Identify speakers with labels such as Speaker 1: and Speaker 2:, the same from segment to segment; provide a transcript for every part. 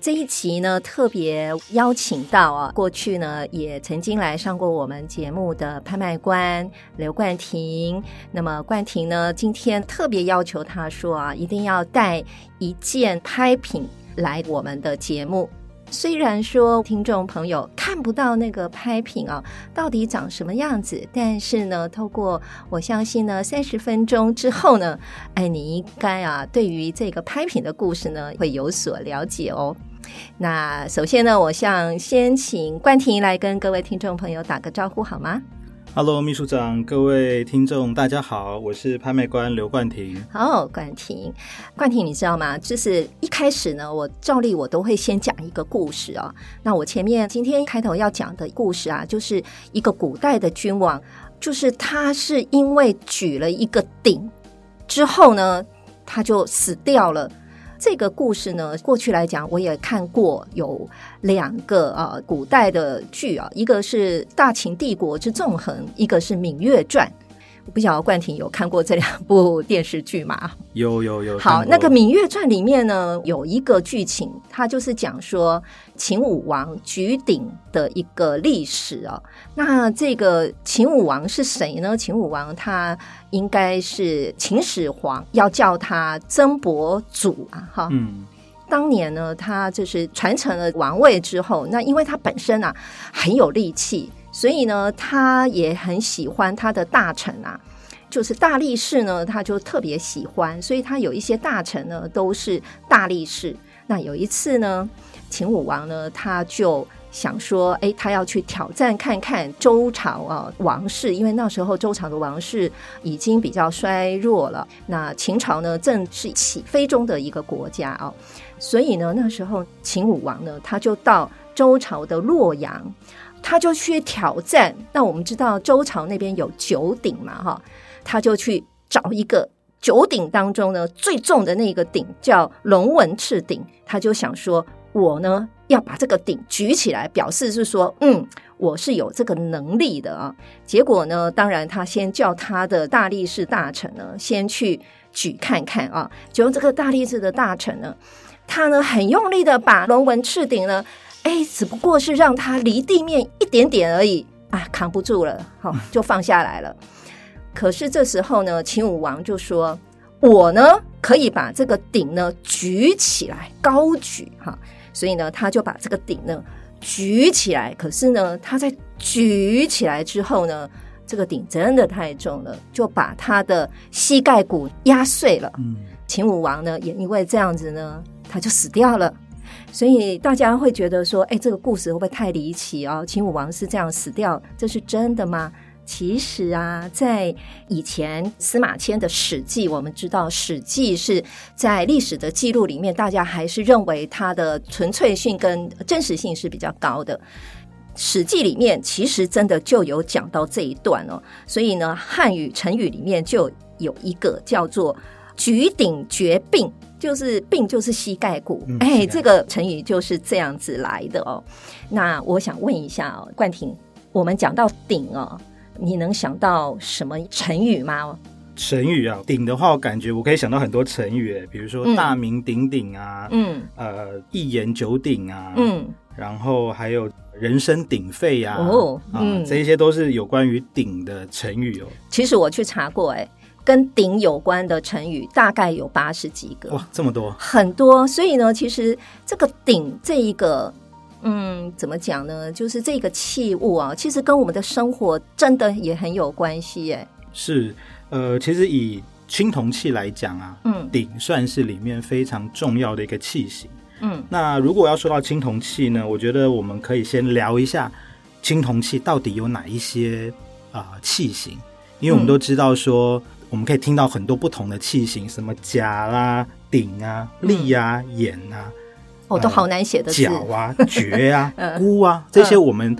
Speaker 1: 这一期呢，特别邀请到啊，过去呢也曾经来上过我们节目的拍卖官刘冠廷。那么冠廷呢，今天特别要求他说啊，一定要带一件拍品来我们的节目。虽然说听众朋友看不到那个拍品啊，到底长什么样子，但是呢，透过我相信呢，三十分钟之后呢，哎，你应该啊，对于这个拍品的故事呢，会有所了解哦。那首先呢，我想先请冠廷来跟各位听众朋友打个招呼好吗？
Speaker 2: Hello，秘书长，各位听众，大家好，我是拍卖官刘冠廷。
Speaker 1: 好，冠廷，冠廷，你知道吗？就是一开始呢，我照例我都会先讲一个故事哦。那我前面今天开头要讲的故事啊，就是一个古代的君王，就是他是因为举了一个鼎之后呢，他就死掉了。这个故事呢，过去来讲我也看过有两个啊、呃古代的剧啊，一个是《大秦帝国之纵横》，一个是《芈月传》。我不晓得冠廷有看过这两部电视剧吗？
Speaker 2: 有有有，
Speaker 1: 好，
Speaker 2: 看过
Speaker 1: 那个《芈月传》里面呢，有一个剧情，它就是讲说秦武王举鼎的一个历史哦。那这个秦武王是谁呢？秦武王他应该是秦始皇，要叫他曾伯祖啊，哈。
Speaker 2: 嗯，
Speaker 1: 当年呢，他就是传承了王位之后，那因为他本身啊很有力气，所以呢，他也很喜欢他的大臣啊，就是大力士呢，他就特别喜欢，所以他有一些大臣呢都是大力士。那有一次呢，秦武王呢，他就想说，哎，他要去挑战看看周朝啊王室，因为那时候周朝的王室已经比较衰弱了，那秦朝呢正是起飞中的一个国家啊，所以呢，那时候秦武王呢，他就到周朝的洛阳，他就去挑战。那我们知道周朝那边有九鼎嘛，哈，他就去找一个九鼎当中呢最重的那个鼎，叫龙纹赤鼎。他就想说，我呢要把这个鼎举起来，表示是说，嗯，我是有这个能力的啊。结果呢，当然他先叫他的大力士大臣呢，先去举看看啊。结果这个大力士的大臣呢，他呢很用力的把龙纹赤鼎呢，哎，只不过是让它离地面一点点而已啊，扛不住了，好、就放下来了。可是这时候呢，秦武王就说：“我呢可以把这个鼎呢举起来，高举哈。所以呢，他就把这个鼎呢举起来。可是呢，他在举起来之后呢，这个鼎真的太重了，就把他的膝盖骨压碎了。
Speaker 2: 嗯，
Speaker 1: 秦武王呢，也因为这样子呢，他就死掉了。所以大家会觉得说，哎，这个故事会不会太离奇哦？秦武王是这样死掉，这是真的吗？其实啊，在以前司马迁的《史记》，我们知道《史记》是在历史的记录里面，大家还是认为它的纯粹性跟真实性是比较高的。《史记》里面其实真的就有讲到这一段哦，所以呢，汉语成语里面就有一个叫做“举鼎绝病”，就是病就是膝盖骨，
Speaker 2: 嗯膝
Speaker 1: 哎，
Speaker 2: 盖
Speaker 1: 这个成语就是这样子来的哦。那我想问一下哦，冠廷，我们讲到鼎哦，你能想到什么成语吗？
Speaker 2: 成语啊，鼎的话，我感觉我可以想到很多成语，哎比如说
Speaker 1: 嗯
Speaker 2: 大名鼎鼎啊，
Speaker 1: 嗯
Speaker 2: 呃，一言九鼎啊，，
Speaker 1: 嗯
Speaker 2: 然后还有人声鼎沸啊，
Speaker 1: 哦
Speaker 2: 啊，
Speaker 1: 嗯
Speaker 2: 这一些都是有关于鼎的成语哦。
Speaker 1: 其实我去查过，哎，跟鼎有关的成语大概有八十几个。
Speaker 2: 哇，这么多，
Speaker 1: 很多，所以呢，其实这个鼎这一个，嗯，怎么讲呢？就是这个器物啊，其实跟我们的生活真的也很有关系哎耶。
Speaker 2: 是，呃，其实以青铜器来讲啊，
Speaker 1: 嗯
Speaker 2: 鼎算是里面非常重要的一个器型。
Speaker 1: 嗯
Speaker 2: 那如果要说到青铜器呢，我觉得我们可以先聊一下青铜器到底有哪一些啊、呃器型，因为我
Speaker 1: 嗯
Speaker 2: 们都知道说，我们可以听到很多不同的器型，什么甲啦、鼎啊、
Speaker 1: 嗯
Speaker 2: 力啊、眼啊，
Speaker 1: 哦，都嗯好难写的字，
Speaker 2: 角 啊、角啊、菇啊这些我们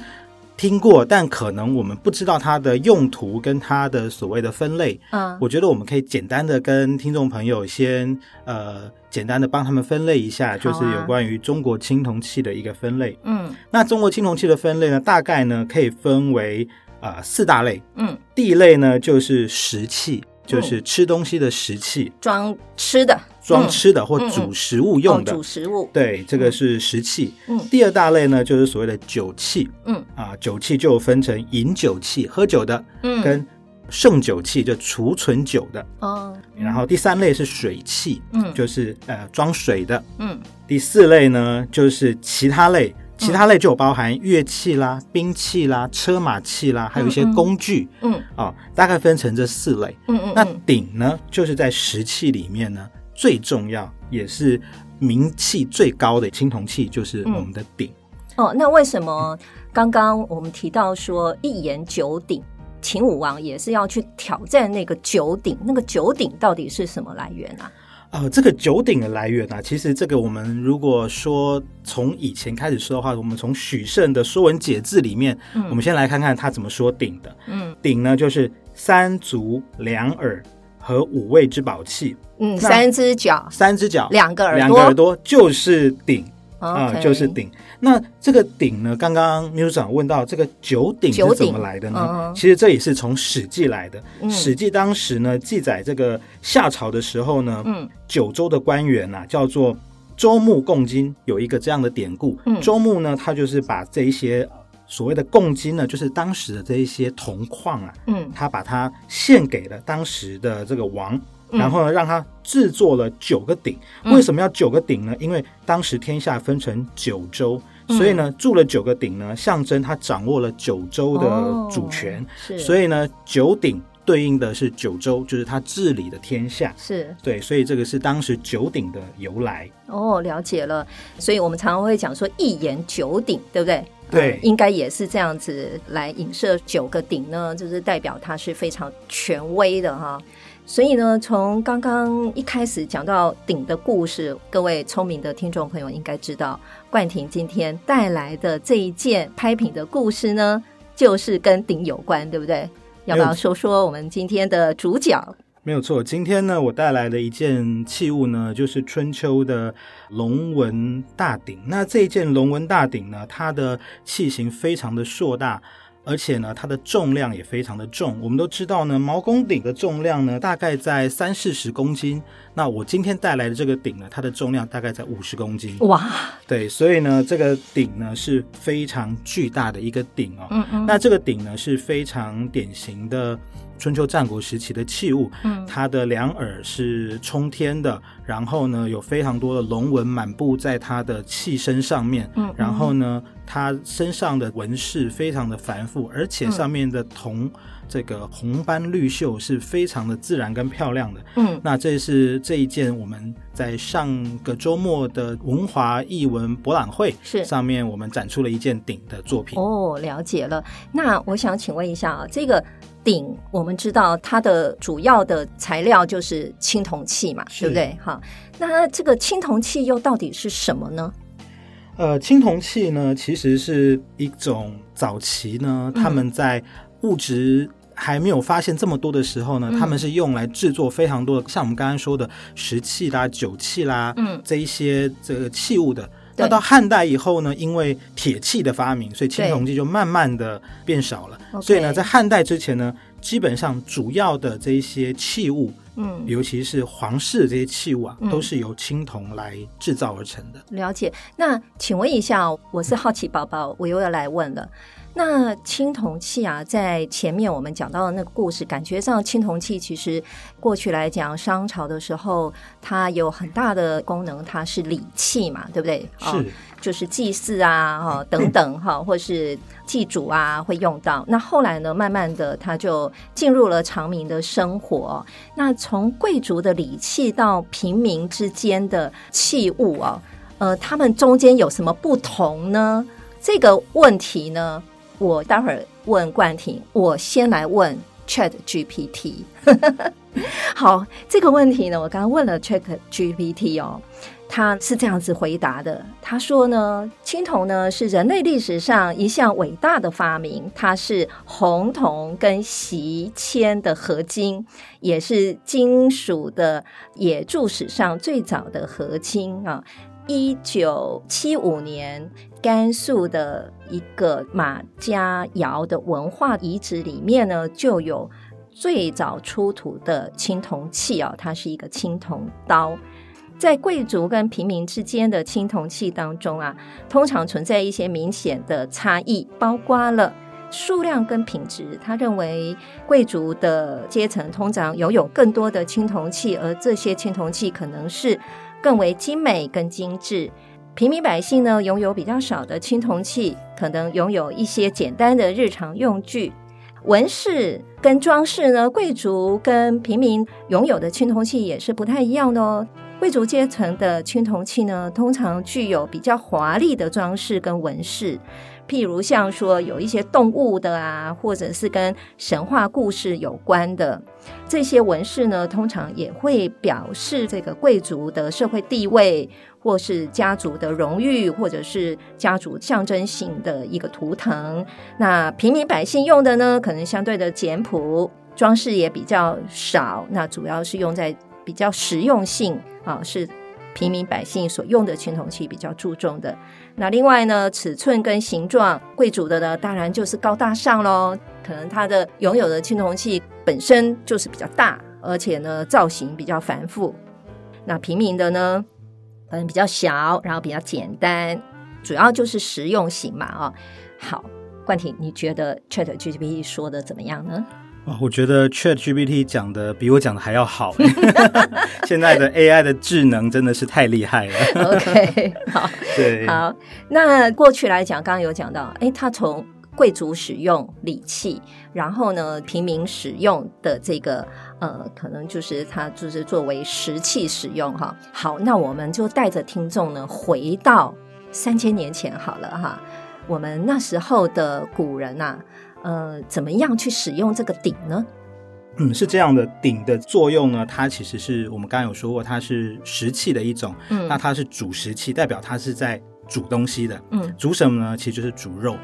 Speaker 2: 听过，但可能我们不知道它的用途跟它的所谓的分类。
Speaker 1: 嗯，
Speaker 2: 我觉得我们可以简单的跟听众朋友先呃简单的帮他们分类一下，就是
Speaker 1: 好啊
Speaker 2: 有关于中国青铜器的一个分类。
Speaker 1: 嗯
Speaker 2: 那中国青铜器的分类呢，大概呢可以分为呃四大类。
Speaker 1: 嗯，
Speaker 2: 第一类呢就是食器，
Speaker 1: 哦
Speaker 2: 就是吃东西的食器，
Speaker 1: 装吃的，
Speaker 2: 装
Speaker 1: 嗯
Speaker 2: 吃的或
Speaker 1: 嗯嗯
Speaker 2: 煮食物用的。
Speaker 1: 哦、煮食物，
Speaker 2: 对，这个是食器。
Speaker 1: 嗯
Speaker 2: 第二大类呢，就是所谓的酒器。
Speaker 1: 嗯，
Speaker 2: 啊，酒器就分成饮酒器，喝酒的，
Speaker 1: 嗯，
Speaker 2: 跟盛酒器，就储存酒的。
Speaker 1: 哦，
Speaker 2: 然后第三类是水器，
Speaker 1: 嗯
Speaker 2: 就是呃装水的。
Speaker 1: 嗯
Speaker 2: 第四类呢，就是其他类。其他类就有包含乐器啦、兵器啦、车马器啦，还有一些
Speaker 1: 嗯嗯
Speaker 2: 工具
Speaker 1: 嗯
Speaker 2: 啊、大概分成这四类。
Speaker 1: 嗯嗯，
Speaker 2: 那
Speaker 1: 嗯
Speaker 2: 鼎呢，就是在石器里面呢最重要，也是名气最高的青铜器，就是
Speaker 1: 嗯
Speaker 2: 我们的鼎。
Speaker 1: 哦，那为什么刚刚我们提到说一言九鼎，秦武王也是要去挑战那个九鼎？那个九鼎到底是什么来源啊？
Speaker 2: 呃，这个九鼎的来源啊，其实这个我们如果说从以前开始说的话，我们从许慎的《说文解字》里面，
Speaker 1: 嗯
Speaker 2: 我们先来看看他怎么说鼎的。
Speaker 1: 嗯
Speaker 2: 鼎呢，就是三足两耳和五味之宝器，
Speaker 1: 嗯，
Speaker 2: 那
Speaker 1: 三只脚，
Speaker 2: 三只脚，
Speaker 1: 两个耳
Speaker 2: 两
Speaker 1: 朵，
Speaker 2: 个耳朵就是鼎。啊、
Speaker 1: OK
Speaker 2: 就是鼎。那这个鼎呢？刚刚 Miu 长问到这个九鼎是
Speaker 1: 九
Speaker 2: 怎么
Speaker 1: 鼎
Speaker 2: 来的
Speaker 1: 嗯
Speaker 2: 呢？
Speaker 1: 哼
Speaker 2: 其实这也是从《史记》来的。
Speaker 1: 嗯
Speaker 2: 史记》当时呢记载这个夏朝的时候呢，
Speaker 1: 嗯
Speaker 2: 九州的官员呐、叫做周穆共金，有一个这样的典故。
Speaker 1: 嗯
Speaker 2: 周穆呢，他就是把这一些所谓的共金呢，就是当时的这一些铜矿啊，
Speaker 1: 嗯
Speaker 2: 他把它献给了当时的这个王，
Speaker 1: 嗯
Speaker 2: 然后呢，让他制作了九个鼎。为什么要九个鼎呢？因为当时天下分成九州，
Speaker 1: 嗯
Speaker 2: 所以呢，铸了九个鼎呢，象征他掌握了九州
Speaker 1: 哦
Speaker 2: 的主权。
Speaker 1: 是，
Speaker 2: 所
Speaker 1: 以
Speaker 2: 以呢，九鼎对应的是九州，就是他治理的天下。
Speaker 1: 是
Speaker 2: 对，所以这个是当时九鼎的由来。
Speaker 1: 哦，了解了。所以我们常常会讲说一言九鼎，对不对？
Speaker 2: 对
Speaker 1: 呃应该也是这样子来影射九个鼎呢，就是代表它是非常权威的哈。所以呢，从刚刚一开始讲到鼎的故事，各位聪明的听众朋友应该知道，冠廷今天带来的这一件拍品的故事呢，就是跟鼎有关，对不对？要不
Speaker 2: 没
Speaker 1: 要
Speaker 2: 有
Speaker 1: 说说我们今天的主角？
Speaker 2: 没有错，今天呢，我带来的一件器物呢，就是春秋的龙纹大鼎。那这一件龙纹大鼎呢，它的器型非常的硕大，而且呢，它的重量也非常的重。我们都知道呢，毛公鼎的重量呢，大概在三四十公斤。那我今天带来的这个鼎呢，它的重量大概在五十公斤。
Speaker 1: 哇，
Speaker 2: 对，所以呢，这个鼎呢是非常巨大的一个鼎哦。
Speaker 1: 嗯嗯
Speaker 2: 那这个鼎呢是非常典型的春秋战国时期的器物，
Speaker 1: 嗯
Speaker 2: 它的两耳是冲天的，然后呢有非常多的龙纹满布在它的器身上面，
Speaker 1: 嗯嗯
Speaker 2: 然后呢它身上的纹饰非常的繁复，而且上面的铜、这个红斑绿锈是非常的自然跟漂亮的。
Speaker 1: 嗯
Speaker 2: 那这是这一件我们在上个周末的文华艺文博览会
Speaker 1: 是
Speaker 2: 上面，我们展出了一件鼎的作品。
Speaker 1: 哦，了解了。那我想请问一下啊，这个鼎我们知道它的主要的材料就是青铜器嘛，
Speaker 2: 是
Speaker 1: 对不对？哈，那这个青铜器又到底是什么呢？
Speaker 2: 呃，青铜器呢，其实是一种早期呢，
Speaker 1: 嗯
Speaker 2: 他们在物质还没有发现这么多的时候呢，
Speaker 1: 嗯
Speaker 2: 他们是用来制作非常多的，像我们刚刚说的石器啦、酒器啦，
Speaker 1: 嗯
Speaker 2: 这一些这个器物的。
Speaker 1: 对
Speaker 2: 那到汉代以后呢，因为铁器的发明，所以青
Speaker 1: 对
Speaker 2: 铜器就慢慢的变少了。
Speaker 1: OK
Speaker 2: 所以呢，在汉代之前呢，基本上主要的这一些器物，
Speaker 1: 嗯，
Speaker 2: 尤其是皇室的这些器物啊，
Speaker 1: 嗯
Speaker 2: 都是由青铜来制造而成的。
Speaker 1: 了解。那请问一下，哦我是好奇宝宝，我又要来问了。那青铜器啊，在前面我们讲到的那个故事，感觉上青铜器其实过去来讲，商朝的时候它有很大的功能，它是礼器嘛，对不对？哦
Speaker 2: 是。
Speaker 1: 就是祭祀啊，哈、等等哈、或是祭祖啊会用到。那后来呢，慢慢的他就进入了常民的生活。那从贵族的礼器到平民之间的器物啊，呃，他们中间有什么不同呢？这个问题呢，我待会儿问冠廷，我先来问 Chat GPT。好，这个问题呢，我刚刚问了 Chat GPT 哦，他是这样子回答的：“他说呢，青铜呢是人类历史上一项伟大的发明，它是红铜跟锡铅的合金，也是金属的冶铸史上最早的合金啊。一九七五年，甘肃的一个马家窑的文化遗址里面呢，就有最早出土的青铜器啊，它是一个青铜刀。”在贵族跟平民之间的青铜器当中啊，通常存在一些明显的差异，包括了数量跟品质。他认为贵族的阶层通常拥有更多的青铜器，而这些青铜器可能是更为精美、更精致。平民百姓呢，拥有比较少的青铜器，可能拥有一些简单的日常用具。纹饰跟装饰呢，贵族跟平民拥有的青铜器也是不太一样的哦。贵族阶层的青铜器呢，通常具有比较华丽的装饰跟纹饰，譬如像说有一些动物的啊，或者是跟神话故事有关的这些纹饰呢，通常也会表示这个贵族的社会地位，或是家族的荣誉，或者是家族象征性的一个图腾。那平民百姓用的呢，可能相对的简朴，装饰也比较少，那主要是用在。比较实用性啊，是平民百姓所用的青铜器比较注重的。那另外呢，尺寸跟形状，贵族的呢，当然就是高大上喽。可能它的拥有的青铜器本身就是比较大，而且呢，造型比较繁复。那平民的呢，可能比较小，然后比较简单，主要就是实用型嘛啊、哦。好，冠廷，你觉得 Chat GPT 说的怎么样呢？
Speaker 2: 哇，啊我觉得 Chat GPT 讲的比我讲的还要好。 现在的 AI 的智能真的是太厉害 了。
Speaker 1: OK，好，
Speaker 2: 对，
Speaker 1: 好。那过去来讲，刚刚有讲到，哎，它从贵族使用礼器，然后呢，平民使用的这个呃，可能就是它就是作为石器使用哈。好，那我们就带着听众呢，回到三千年前好了哈。我们那时候的古人呐、啊。呃，怎么样去使用这个鼎呢？
Speaker 2: 嗯，是这样的，鼎的作用呢，它其实是我们刚刚有说过，它是石器的一种。嗯，那它是煮石器，代表它是在煮东西的。嗯，煮什么呢？其实就是煮肉，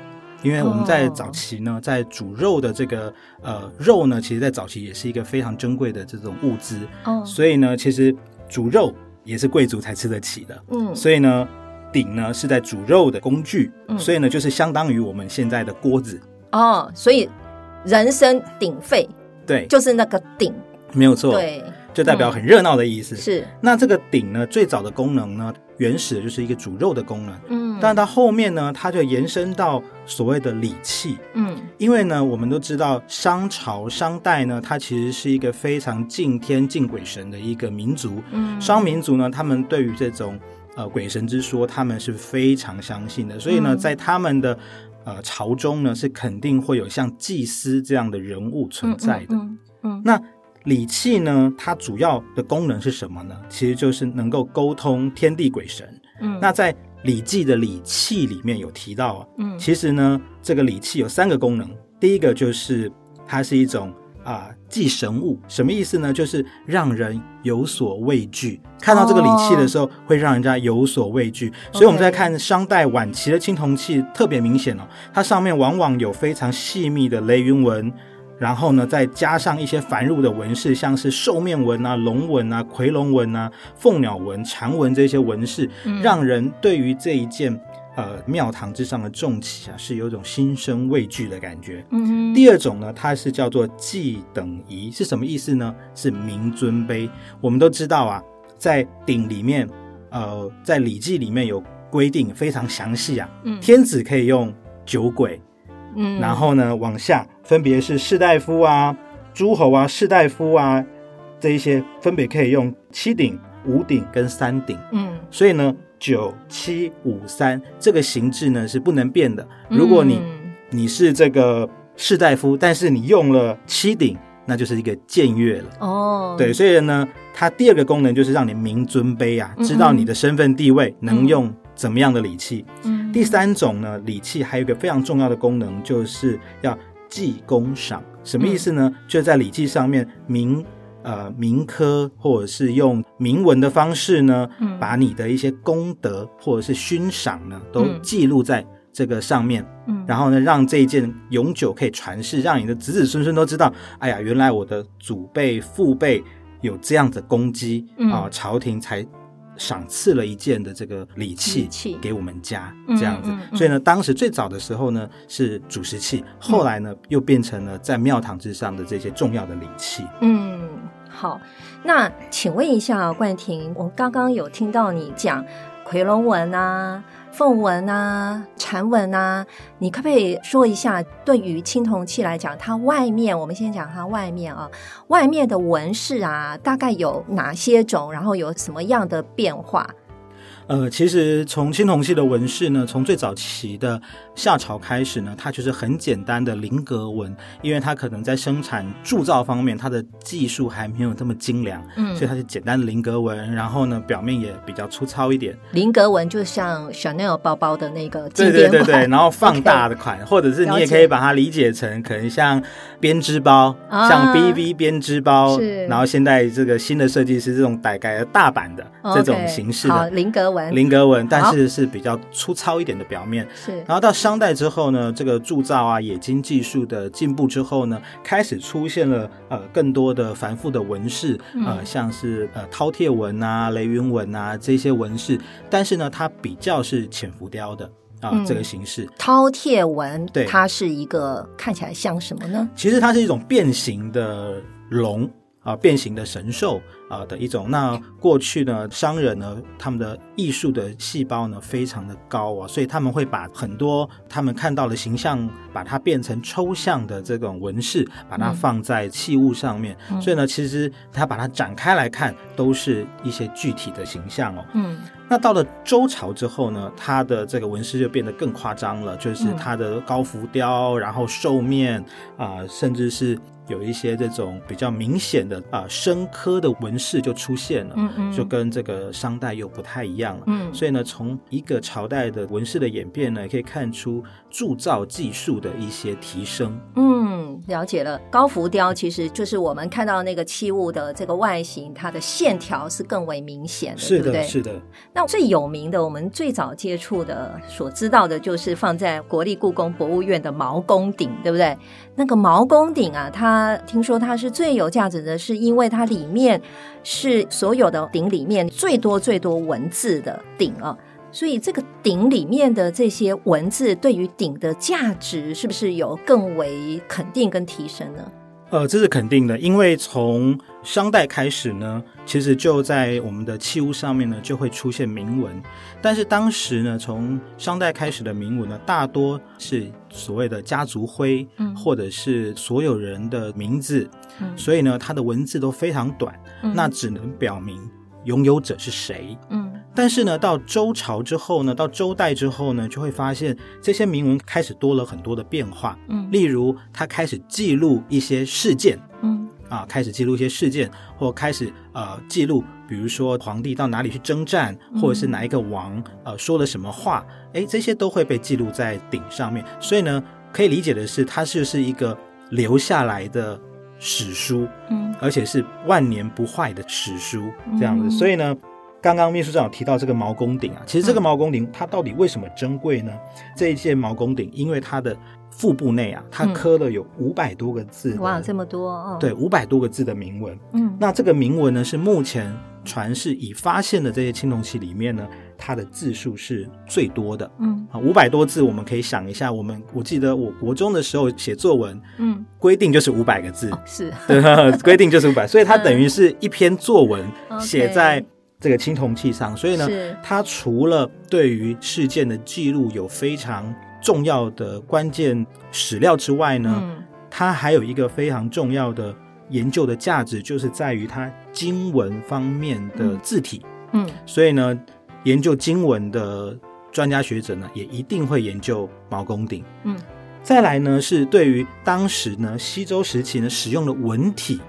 Speaker 2: 因为我们在早期呢，哦、在煮肉的这个呃肉呢，其实在早期也是一个非常珍贵的这种物资。哦，所以呢，其实煮肉也是贵族才吃得起的。嗯，所以呢，鼎呢是在煮肉的工具，嗯、所以呢，就是相当于我们现在的锅子。
Speaker 1: 哦，所以人声鼎沸，
Speaker 2: 对，
Speaker 1: 就是那个鼎，
Speaker 2: 没有错，
Speaker 1: 对，
Speaker 2: 就代表很热闹的意思。嗯、
Speaker 1: 是，
Speaker 2: 那这个鼎呢，最早的功能呢，原始的就是一个煮肉的功能，嗯，但到后面呢，它就延伸到所谓的礼器，嗯，因为呢，我们都知道商朝商代呢，它其实是一个非常敬天敬鬼神的一个民族，嗯，商民族呢，他们对于这种呃鬼神之说，他们是非常相信的，所以呢，嗯、在他们的呃，朝中呢是肯定会有像祭司这样的人物存在的。嗯，嗯嗯那礼器呢，它主要的功能是什么呢？其实就是能够沟通天地鬼神。嗯，那在《礼记》的礼器里面有提到啊，嗯，其实呢，这个礼器有三个功能。第一个就是它是一种啊、呃、祭神物，什么意思呢？就是让人有所畏惧。看到这个礼器的时候，oh. 会让人家有所畏惧，所以我们在看商代晚期的青铜器特别明显哦，它上面往往有非常细密的雷云纹，然后呢再加上一些繁缛的纹饰，像是兽面纹啊、龙纹啊、夔龙纹啊、凤鸟纹、蝉纹这些纹饰，嗯、让人对于这一件呃庙堂之上的重器啊，是有一种心生畏惧的感觉。嗯，第二种呢，它是叫做祭等仪，是什么意思呢？是明尊卑。我们都知道啊。在鼎里面，呃，在《礼记》里面有规定，非常详细啊。嗯，天子可以用九鬼，嗯，然后呢，往下分别是士大夫啊、诸侯啊、士大夫啊这一些，分别可以用七鼎、五鼎跟三鼎。嗯，所以呢，九七五三这个形制呢是不能变的。如果你、嗯、你是这个士大夫，但是你用了七鼎。那就是一个僭越了哦，对，所以呢，它第二个功能就是让你明尊卑啊，知道你的身份地位，能用怎么样的礼器。嗯，第三种呢，礼器还有一个非常重要的功能，就是要记功赏。什么意思呢？就在礼器上面明呃民科，或者是用铭文的方式呢，
Speaker 1: 嗯
Speaker 2: 把你的一些功德或者是勋赏呢，都
Speaker 1: 嗯
Speaker 2: 记录在这个上面。
Speaker 1: 嗯
Speaker 2: 然后呢，让这一件永久可以传世，让你的子子孙孙都知道，哎呀，原来我的祖辈、父辈有这样的功绩啊、
Speaker 1: 嗯
Speaker 2: 朝廷才赏赐了一件的这个礼器
Speaker 1: 礼嗯器
Speaker 2: 给我们家
Speaker 1: 嗯
Speaker 2: 这样子。
Speaker 1: 嗯嗯
Speaker 2: 所以呢，当时最早的时候呢是主食器，后来呢又变成了在庙堂之上的这些重要的礼器。
Speaker 1: 嗯，好，那请问一下冠廷，我刚刚有听到你讲夔龙纹啊、凤纹啊、蝉纹啊，你可不可以说一下，对于青铜器来讲，它外面，我们先讲它外面啊，外面的纹饰啊，大概有哪些种，然后有什么样的变化？
Speaker 2: 呃，其实从青铜器的纹饰呢，从最早期的夏朝开始呢，它就是很简单的菱格纹，因为它可能在生产铸造方面，它的技术还没有这么精良，
Speaker 1: 嗯
Speaker 2: 所以它是简单的菱格纹，然后呢，表面也比较粗糙一点。
Speaker 1: 菱格纹就像 Chanel 包包的那个经
Speaker 2: 对对
Speaker 1: 典
Speaker 2: 对
Speaker 1: 款，
Speaker 2: 对，然后放大的款或者是你
Speaker 1: 了
Speaker 2: 也
Speaker 1: 解
Speaker 2: 可以把它理解成可能像编织包，
Speaker 1: 啊
Speaker 2: 像 BV 编织包
Speaker 1: 是，
Speaker 2: 然后现在这个新的设计师这种改改的大版的
Speaker 1: OK，
Speaker 2: 这种形式
Speaker 1: 好，
Speaker 2: 的
Speaker 1: 菱格纹
Speaker 2: 菱格纹，但是是比较粗糙一点的表面。
Speaker 1: 是
Speaker 2: 然后到商代之后呢，这个铸造啊、冶金技术的进步之后呢，开始出现了呃更多的繁复的纹饰，呃，
Speaker 1: 嗯
Speaker 2: 像是呃饕餮纹啊、雷云纹啊这些纹饰，但是呢，它比较是浅浮雕的啊、
Speaker 1: 嗯
Speaker 2: 这个形式。
Speaker 1: 饕餮纹，
Speaker 2: 对
Speaker 1: 它是一个看起来像什么呢？
Speaker 2: 其实它是一种变形的龙啊、变形的神兽啊、的一种。那过去呢，商人呢，他们的艺术的细胞呢非常的高啊，所以他们会把很多他们看到的形象，把它变成抽象的这种纹饰，把它
Speaker 1: 嗯
Speaker 2: 放在器物上面。
Speaker 1: 嗯
Speaker 2: 所以呢，其实它把它展开来看，都是一些具体的形象哦。
Speaker 1: 嗯
Speaker 2: 那到了周朝之后呢，它的这个纹饰就变得更夸张了，就是
Speaker 1: 嗯
Speaker 2: 它的高浮雕，然后兽面啊、甚至是有一些这种比较明显的啊、深刻的纹饰就出现了，
Speaker 1: 嗯嗯，
Speaker 2: 就跟这个商代又不太一样了。
Speaker 1: 嗯
Speaker 2: 所以呢，从一个朝代的纹饰的演变呢，也可以看出铸造技术的一些提升。
Speaker 1: 嗯，了解了。高浮雕其实就是我们看到那个器物的这个外形，它的线条是更为明显的，对不对？
Speaker 2: 是的，
Speaker 1: 那最有名的，我们最早接触的、所知道的，就是放在国立故宫博物院的毛公鼎，对不对？那个毛公鼎啊，它听说它是最有价值的，是因为它里面是所有的鼎里面最多最多文字的鼎啊。所以这个鼎里面的这些文字，对于鼎的价值是不是有更为肯定跟提升呢？
Speaker 2: 呃，这是肯定的，因为从商代开始呢，其实就在我们的器物上面呢，就会出现铭文。但是当时呢，从商代开始的铭文呢，大多是所谓的家族徽，
Speaker 1: 嗯
Speaker 2: 或者是所有人的名字，
Speaker 1: 嗯
Speaker 2: 所以呢，它的文字都非常短，那只能表明拥有者是谁。
Speaker 1: 嗯
Speaker 2: 但是呢，到周朝之后呢，到周代之后呢，就会发现这些铭文开始多了很多的变化，
Speaker 1: 嗯
Speaker 2: 例如它开始记录一些事件。
Speaker 1: 嗯
Speaker 2: 啊，开始记录一些事件，或开始呃记录，比如说皇帝到哪里去征战，
Speaker 1: 嗯
Speaker 2: 或者是哪一个王呃说了什么话，诶，这些都会被记录在鼎上面。所以呢，可以理解的是，它就是一个留下来的史书，
Speaker 1: 嗯
Speaker 2: 而且是万年不坏的史书这样子。
Speaker 1: 嗯
Speaker 2: 所以呢，刚刚秘书长有提到这个毛公鼎啊，其实这个
Speaker 1: 嗯
Speaker 2: 毛公鼎它到底为什么珍贵呢？这一件毛公鼎，因为它的腹部内啊，它
Speaker 1: 嗯
Speaker 2: 刻了有五百多个字的
Speaker 1: 哇，这么多哦，
Speaker 2: 对，，五百多个字的铭文。
Speaker 1: 嗯
Speaker 2: 那这个铭文呢，是目前传世已发现的这些青铜器里面呢，它的字数是最多的
Speaker 1: 嗯
Speaker 2: 啊，五百多字。我们可以想一下，我们我记得我国中的时候写作文
Speaker 1: 嗯哦
Speaker 2: 规定就是五百个 字，
Speaker 1: 是
Speaker 2: 对，规定就是五百，所以它等于是一篇作文
Speaker 1: 嗯 OK
Speaker 2: 写在这个青铜器上。所以呢，
Speaker 1: 是
Speaker 2: 它除了对于事件的记录有非常重要的关键史料之外呢，
Speaker 1: 嗯
Speaker 2: 它还有一个非常重要的研究的价值，就是在于它经文方面的字体。
Speaker 1: 嗯
Speaker 2: 所以呢，研究经文的专家学者呢，也一定会研究毛公鼎。
Speaker 1: 嗯，
Speaker 2: 再来呢，是对于当时呢西周时期呢使用的文体，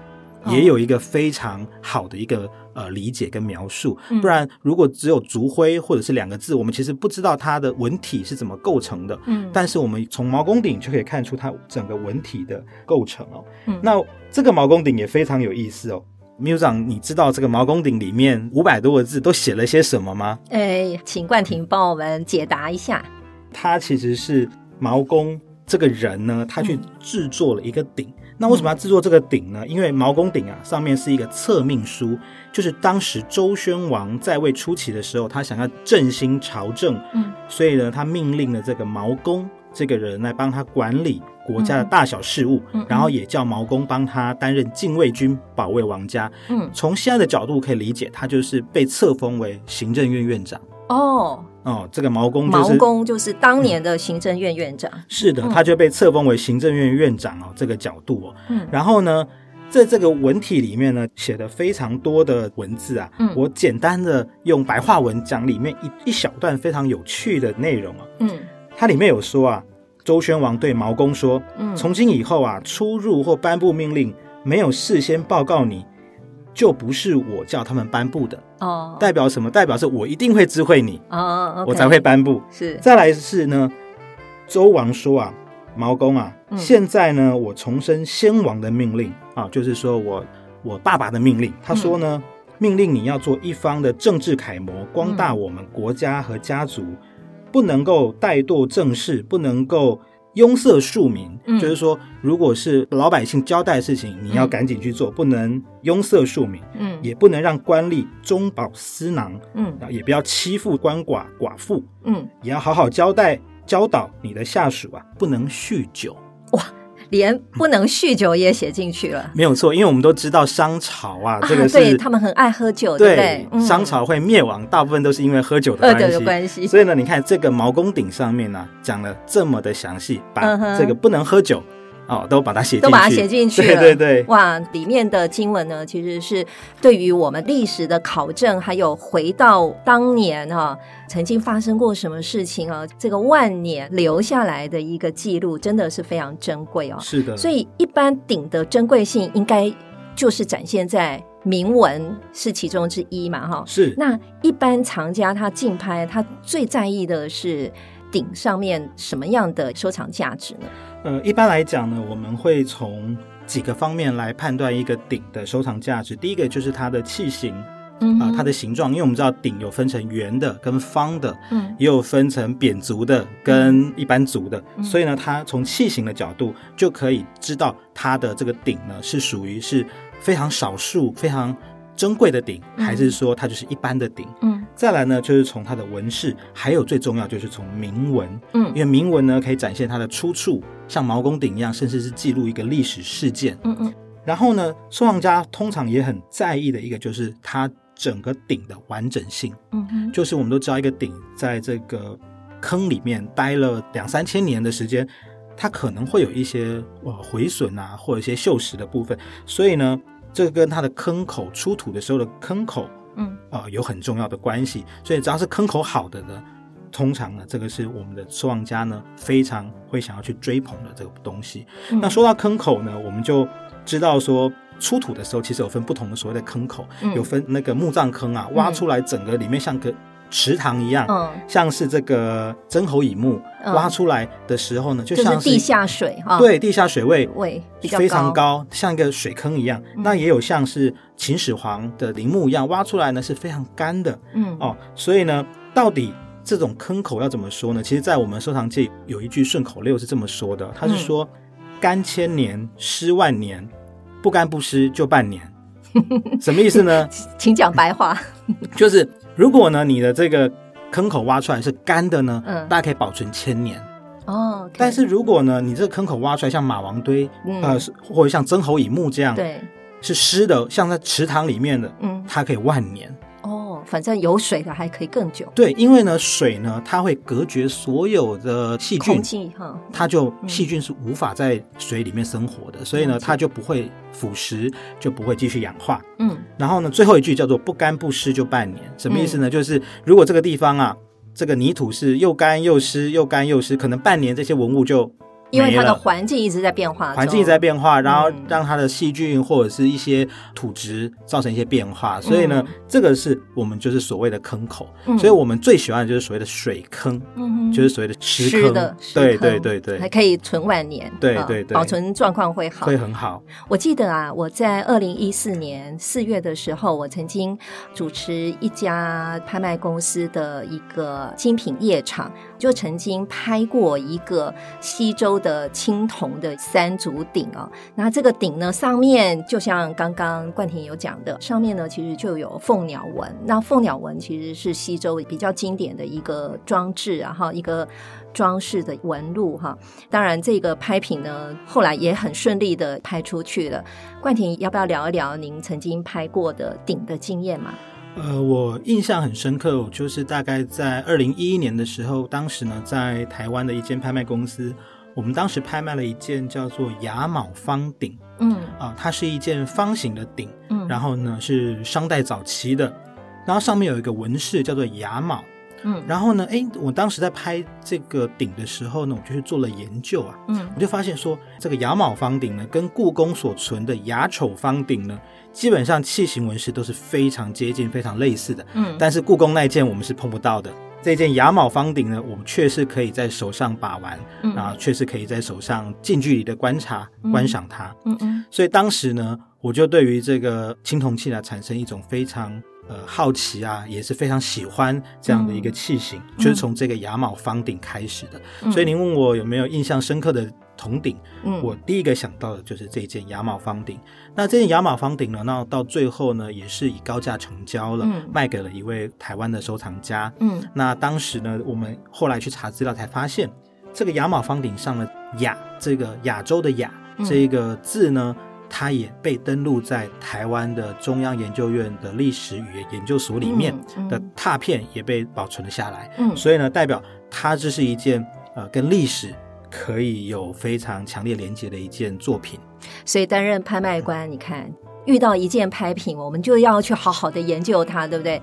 Speaker 1: 哦
Speaker 2: 也有一个非常好的一个呃理解跟描述。
Speaker 1: 嗯
Speaker 2: 不然，如果只有族徽或者是两个字，我们其实不知道它的文体是怎么构成的。
Speaker 1: 嗯
Speaker 2: 但是我们从毛公鼎就可以看出它整个文体的构成哦。
Speaker 1: 嗯
Speaker 2: 那这个毛公鼎也非常有意思哦。缪长，你知道这个毛公鼎里面五百多个字都写了些什么吗？
Speaker 1: 哎，请冠廷帮我们解答一下。
Speaker 2: 他其实是毛公这个人呢，他去制作了一个
Speaker 1: 嗯
Speaker 2: 鼎。那为什么要制作这个鼎呢？因为毛公鼎啊，上面是一个册命书，就是当时周宣王在位初期的时候，他想要振兴朝政，
Speaker 1: 嗯，
Speaker 2: 所以呢，他命令了这个毛公这个人来帮他管理国家的大小事务，
Speaker 1: 嗯嗯嗯
Speaker 2: 然后也叫毛公帮他担任禁卫军，保卫王家。
Speaker 1: 嗯，
Speaker 2: 从现在的角度可以理解，他就是被册封为行政院院长。
Speaker 1: 哦，
Speaker 2: 哦，这个毛公就
Speaker 1: 毛
Speaker 2: 是
Speaker 1: 公就是当年的行政院院长。
Speaker 2: 是的，
Speaker 1: 嗯
Speaker 2: 他就被册封为行政院院长哦，这个角度哦。
Speaker 1: 嗯
Speaker 2: 然后呢，在这个文体里面呢，写的非常多的文字啊，
Speaker 1: 嗯
Speaker 2: 我简单的用白话文讲里面一一小段非常有趣的内容啊。
Speaker 1: 嗯
Speaker 2: 它里面有说啊，周宣王对毛公说，
Speaker 1: 嗯，
Speaker 2: 从今以后啊，出入或颁布命令没有事先报告你，就不是我叫他们颁布的。
Speaker 1: 哦，
Speaker 2: 代表什么？代表是我一定会知会你，
Speaker 1: 哦，
Speaker 2: 我才会颁布。
Speaker 1: 是
Speaker 2: 再来是呢，周王说啊，毛公啊，
Speaker 1: 嗯
Speaker 2: 现在呢，我重申先王的命令啊，就是说我我爸爸的命令。他说
Speaker 1: 嗯
Speaker 2: 呢，命令你要做一方的政治楷模，光大我们国家和家族，不能够怠惰政事，不能够。拥塞庶民，
Speaker 1: 嗯
Speaker 2: 就是说，如果是老百姓交代的事情，你要赶紧去做，不能拥塞庶民，
Speaker 1: 嗯
Speaker 2: 也不能让官吏中饱私囊，
Speaker 1: 嗯
Speaker 2: 啊，也不要欺负官寡寡妇，
Speaker 1: 嗯，
Speaker 2: 也要好好交代教导你的下属啊，不能酗酒。
Speaker 1: 连不能酗酒也写进去了。
Speaker 2: 没有错，因为我们都知道商朝啊，
Speaker 1: 啊
Speaker 2: 这个，是
Speaker 1: 对他们很爱喝酒，
Speaker 2: 对
Speaker 1: 对嗯不对？
Speaker 2: 商朝会灭亡，大部分都是因为喝酒的
Speaker 1: 二
Speaker 2: 关
Speaker 1: 者
Speaker 2: 系。
Speaker 1: 的关系，
Speaker 2: 所以呢，你看这个毛公鼎上面呢、讲了这么的详细，把
Speaker 1: 嗯哼
Speaker 2: 这个不能喝酒哦，都把它写进去，
Speaker 1: 都把它写进去
Speaker 2: 对
Speaker 1: 了
Speaker 2: 对对，
Speaker 1: 哇，里面的经文呢，其实是对于我们历史的考证，还有回到当年啊，曾经发生过什么事情啊，这个万年留下来的一个记录，真的是非常珍贵哦。
Speaker 2: 是的。
Speaker 1: 所以，一般鼎的珍贵性，应该就是展现在铭文是其中之一嘛，哈。
Speaker 2: 是
Speaker 1: 那一般藏家他竞拍，他最在意的是鼎上面什么样的收藏价值呢？
Speaker 2: 呃，一般来讲呢，我们会从几个方面来判断一个鼎的收藏价值。第一个就是它的器型
Speaker 1: 嗯
Speaker 2: 啊、
Speaker 1: 哼
Speaker 2: 它的形状，因为我们知道鼎有分成圆的跟方的，
Speaker 1: 嗯
Speaker 2: 也有分成扁足的跟一般足的，
Speaker 1: 嗯
Speaker 2: 所以呢，它从器型的角度就可以知道它的这个鼎呢是属于是非常少数、非常珍贵的鼎，
Speaker 1: 嗯
Speaker 2: 还是说它就是一般的鼎。
Speaker 1: 嗯
Speaker 2: 再来呢，就是从它的纹饰，还有最重要就是从铭文，
Speaker 1: 嗯
Speaker 2: 因为铭文呢可以展现它的出处，像毛公鼎一样，甚至是记录一个历史事件。
Speaker 1: 嗯嗯
Speaker 2: 然后呢，收藏家通常也很在意的一个就是它整个鼎的完整性。
Speaker 1: 嗯哼，
Speaker 2: 就是我们都知道，一个鼎在这个坑里面待了两三千年的时间，它可能会有一些呃毁损啊，或者一些锈蚀的部分。所以呢，这跟它的坑口出土的时候的坑口
Speaker 1: 嗯
Speaker 2: 啊、呃有很重要的关系。所以只要是坑口好的呢，通常呢，这个是我们的收藏家呢非常会想要去追捧的这个东西。
Speaker 1: 嗯
Speaker 2: 那说到坑口呢，我们就知道说。出土的时候，其实有分不同的所谓的坑口，
Speaker 1: 嗯
Speaker 2: 有分那个墓葬坑啊，挖出来整个里面像个池塘一样，
Speaker 1: 嗯，
Speaker 2: 像是这个曾侯乙墓、
Speaker 1: 嗯
Speaker 2: 挖出来的时候呢，就
Speaker 1: 就是
Speaker 2: 像
Speaker 1: 地下水哈，，
Speaker 2: 对地下水位
Speaker 1: 位比较
Speaker 2: 非常，高，像一个水坑一样。
Speaker 1: 嗯
Speaker 2: 那也有像是秦始皇的陵墓一样，挖出来呢是非常干的
Speaker 1: 嗯
Speaker 2: 哦。所以呢，到底这种坑口要怎么说呢？其实，在我们收藏界有一句顺口溜是这么说的，它是说
Speaker 1: 嗯
Speaker 2: “干千年，湿万年，不干不湿就半年” 。什么意思呢？
Speaker 1: 请讲白 话，
Speaker 2: 就是如果呢你的这个坑口挖出来是干的呢，
Speaker 1: 嗯
Speaker 2: 大家可以保存千年。
Speaker 1: 哦，
Speaker 2: 但是如果呢你这个坑口挖出来像马王堆，
Speaker 1: 嗯
Speaker 2: 呃，是或者像曾侯乙墓这样，
Speaker 1: 对，
Speaker 2: 是湿的，像在池塘里面的，
Speaker 1: 嗯
Speaker 2: 它可以万年。
Speaker 1: 哦，反正有水的还可以更久，
Speaker 2: 对，因为呢水呢它会隔绝所有的细菌
Speaker 1: 空。气哈，
Speaker 2: 它就
Speaker 1: 嗯
Speaker 2: 细菌是无法在水里面生活的，所以呢，
Speaker 1: 了解
Speaker 2: 它就不会腐蚀，就不会继续氧化。
Speaker 1: 嗯
Speaker 2: 然后呢，最后一句叫做“不干不湿就半年”，什么意思呢？就是如果这个地方啊，这个泥土是又干又湿，又干又湿，可能半年这些文物就
Speaker 1: 因为它
Speaker 2: 没
Speaker 1: 的
Speaker 2: 了
Speaker 1: 环境一直在变化中，
Speaker 2: 环境一直在变化，然后
Speaker 1: 嗯
Speaker 2: 让它的细菌或者是一些土质造成一些变化，所以呢，这个是我们就是所谓的坑口，
Speaker 1: 嗯
Speaker 2: 所以我们最喜欢的就是所谓的水坑，
Speaker 1: 嗯
Speaker 2: 就是所谓的湿
Speaker 1: 湿
Speaker 2: 坑，
Speaker 1: 的，湿
Speaker 2: 对
Speaker 1: 坑
Speaker 2: 对对
Speaker 1: 还
Speaker 2: 对，
Speaker 1: 可以存晚年，
Speaker 2: 对
Speaker 1: 啊
Speaker 2: 对对
Speaker 1: 保存状况会好
Speaker 2: 会。很好，
Speaker 1: 我记得啊，我在二零一四年四月的时候，我曾经主持一家拍卖公司的一个精品夜场，就曾经拍过一个西周的青铜的三足鼎啊、那这个鼎呢，上面就像刚刚冠廷有讲的，上面呢其实就有凤鸟纹。那凤鸟纹其实是西周比较经典的一个装置啊，然后一个装饰的纹路哈、当然，这个拍品呢，后来也很顺利的拍出去了。冠廷，要不要聊一聊您曾经拍过的顶的经验嘛？
Speaker 2: 呃，我印象很深刻，我就是大概在二零一一年的时候，当时呢在台湾的一间拍卖公司，我们当时拍卖了一件叫做雅卯方鼎
Speaker 1: 嗯
Speaker 2: 啊、它是一件方形的鼎，
Speaker 1: 嗯
Speaker 2: 然后呢是商代早期的，然后上面有一个纹饰叫做雅卯，
Speaker 1: 嗯
Speaker 2: 然后呢，诶，我当时在拍这个鼎的时候呢，我就去做了研究啊，
Speaker 1: 嗯
Speaker 2: 我就发现说，这个雅卯方鼎呢，跟故宫所存的雅丑方鼎呢，基本上器型纹饰都是非常接近、非常类似的，
Speaker 1: 嗯，
Speaker 2: 但是故宫那一件我们是碰不到的。这件雅卯方鼎呢，我们确实可以在手上把玩，
Speaker 1: 嗯
Speaker 2: 啊，确实可以在手上近距离的观察、观赏它。
Speaker 1: 嗯嗯
Speaker 2: 所以当时呢，我就对于这个青铜器呢产生一种非常呃好奇啊，也是非常喜欢这样的一个器型，就是从这个雅卯方鼎开始的。
Speaker 1: 嗯，
Speaker 2: 所以您问我有没有印象深刻的铜鼎，
Speaker 1: 嗯
Speaker 2: 我第一个想到的就是这件雅卯方鼎。那这件雅卯方鼎呢，那到最后呢，也是以高价成交了，
Speaker 1: 嗯
Speaker 2: 卖给了一位台湾的收藏家。
Speaker 1: 嗯
Speaker 2: 那当时呢，我们后来去查资料才发现，这个雅马方鼎上的“雅”这个亚洲的“雅
Speaker 1: 嗯”
Speaker 2: 这一个字呢，它也被登录在台湾的中央研究院的历史语言研究所里面
Speaker 1: 嗯嗯
Speaker 2: 的拓片也被保存了下来。
Speaker 1: 嗯
Speaker 2: 所以呢，代表它这是一件呃跟历史可以有非常强烈连接的一件作品。
Speaker 1: 所以担任拍卖官，你看遇到一件拍品，我们就要去好好的研究它，对不对？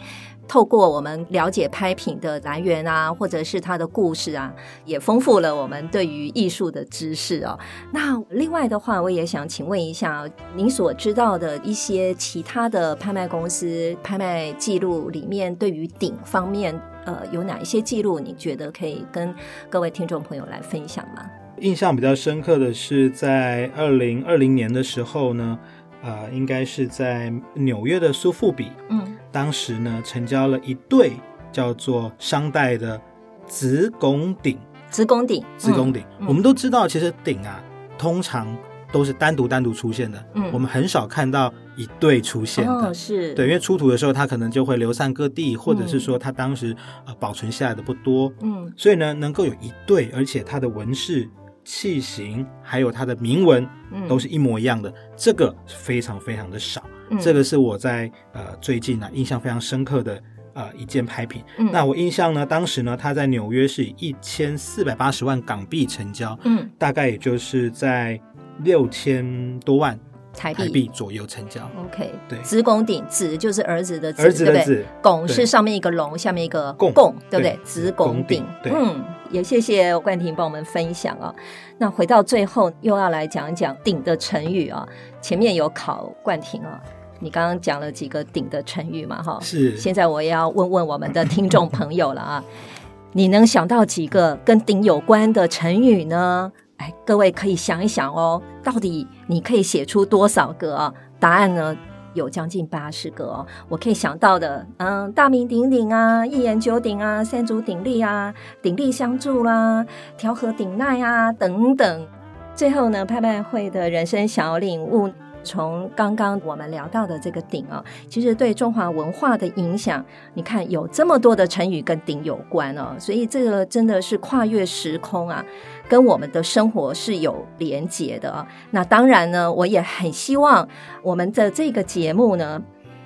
Speaker 1: 透过我们了解拍品的来源啊，或者是它的故事啊，也丰富了我们对于艺术的知识哦。那另外的话，我也想请问一下，您所知道的一些其他的拍卖公司拍卖记录里面，对于鼎方面，呃，有哪一些记录？你觉得可以跟各位听众朋友来分享吗？
Speaker 2: 印象比较深刻的是，在二零二零年的时候呢，呃，应呃该是在纽约的苏富比，
Speaker 1: 嗯
Speaker 2: 当时呢成交了一对叫做商代的子拱鼎。
Speaker 1: 子宫鼎，
Speaker 2: 子宫鼎，
Speaker 1: 嗯
Speaker 2: 我们都知道，其实鼎啊，通常都是单独单独出现的，
Speaker 1: 嗯
Speaker 2: 我们很少看到一对出现的。
Speaker 1: 哦，是
Speaker 2: 对，因为出土的时候，它可能就会流散各地，或者是说它当时呃保存下来的不多，
Speaker 1: 嗯
Speaker 2: 所以呢，能够有一对，而且它的纹饰、器型，还有它的铭文
Speaker 1: 嗯，
Speaker 2: 都是一模一样的，这个非常非常的少。
Speaker 1: 嗯
Speaker 2: 这个是我在呃最近啊印象非常深刻的呃一件拍品。
Speaker 1: 嗯
Speaker 2: 那我印象呢，当时呢，它在纽约是以一千四百八十万港币成交，
Speaker 1: 嗯
Speaker 2: 大概也就是在六千多万
Speaker 1: 台币
Speaker 2: 台币左右成交。
Speaker 1: OK，
Speaker 2: 对
Speaker 1: 子拱鼎子就是儿子的子，
Speaker 2: 儿子
Speaker 1: 对
Speaker 2: 的
Speaker 1: 不对？
Speaker 2: 子，
Speaker 1: 拱
Speaker 2: 对
Speaker 1: 是上面一个龙，下面一个
Speaker 2: 拱
Speaker 1: 对不对
Speaker 2: 对？
Speaker 1: 子拱鼎
Speaker 2: 拱，鼎对
Speaker 1: 嗯，也谢谢冠廷帮我们分享啊。那回到最后，又要来讲讲鼎的成语啊。前面有考冠廷啊，你刚刚讲了几个鼎的成语嘛，哈。
Speaker 2: 是
Speaker 1: 现在我也要问问我们的听众朋友了啊， 你能想到几个跟鼎有关的成语呢？哎，各位可以想一想哦，到底你可以写出多少个啊？答案呢有将近八十个哦。我可以想到的，嗯，大名鼎鼎啊，一言九鼎啊，三足鼎立啊，鼎力相助啦、调和鼎鼐啊等等。最后呢，拍卖会的人生小领悟，从刚刚我们聊到的这个鼎哦，其实对中华文化的影响，你看有这么多的成语跟鼎有关哦，所以这个真的是跨越时空啊，跟我们的生活是有连结的、哦。那当然呢，我也很希望我们的这个节目呢，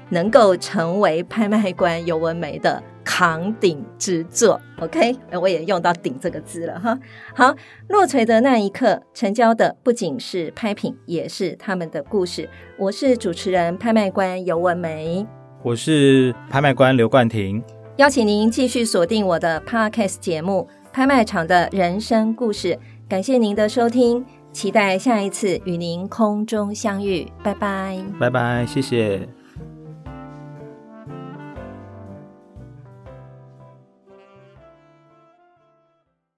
Speaker 1: 能够成为拍卖官尤文梅的扛鼎之作。OK，呃我也用到“鼎”这个字了哈。好，落锤的那一刻，成交的不仅是拍品，也是他们的故事。我是主持人拍卖官尤文梅。
Speaker 2: 我是拍卖官刘冠廷。
Speaker 1: 邀请您继续锁定我的 Podcast 节目《拍卖场的人生故事》，感谢您的收听，期待下一次与您空中相遇，拜拜。
Speaker 2: 拜拜，谢谢。